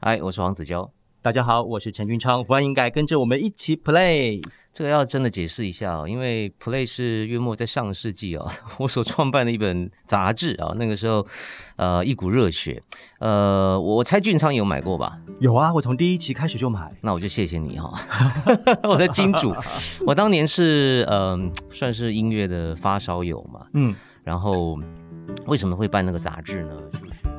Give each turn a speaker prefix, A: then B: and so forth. A: 嗨，我是黄子佼。
B: 大家好，我是陈君昌，欢迎改跟着我们一起 play。
A: 这个要真的解释一下哦，因为 Play 是月末在上世纪哦， 我所创办的一本杂志啊、那个时候，呃，一股热血，呃，我我猜俊昌有买过吧？
B: 有啊，我从第一期开始就买，
A: 那我就谢谢你哈、 我的金主，我当年是嗯、算是音乐的发烧友嘛，
B: 嗯，
A: 然后为什么会办那个杂志呢？就是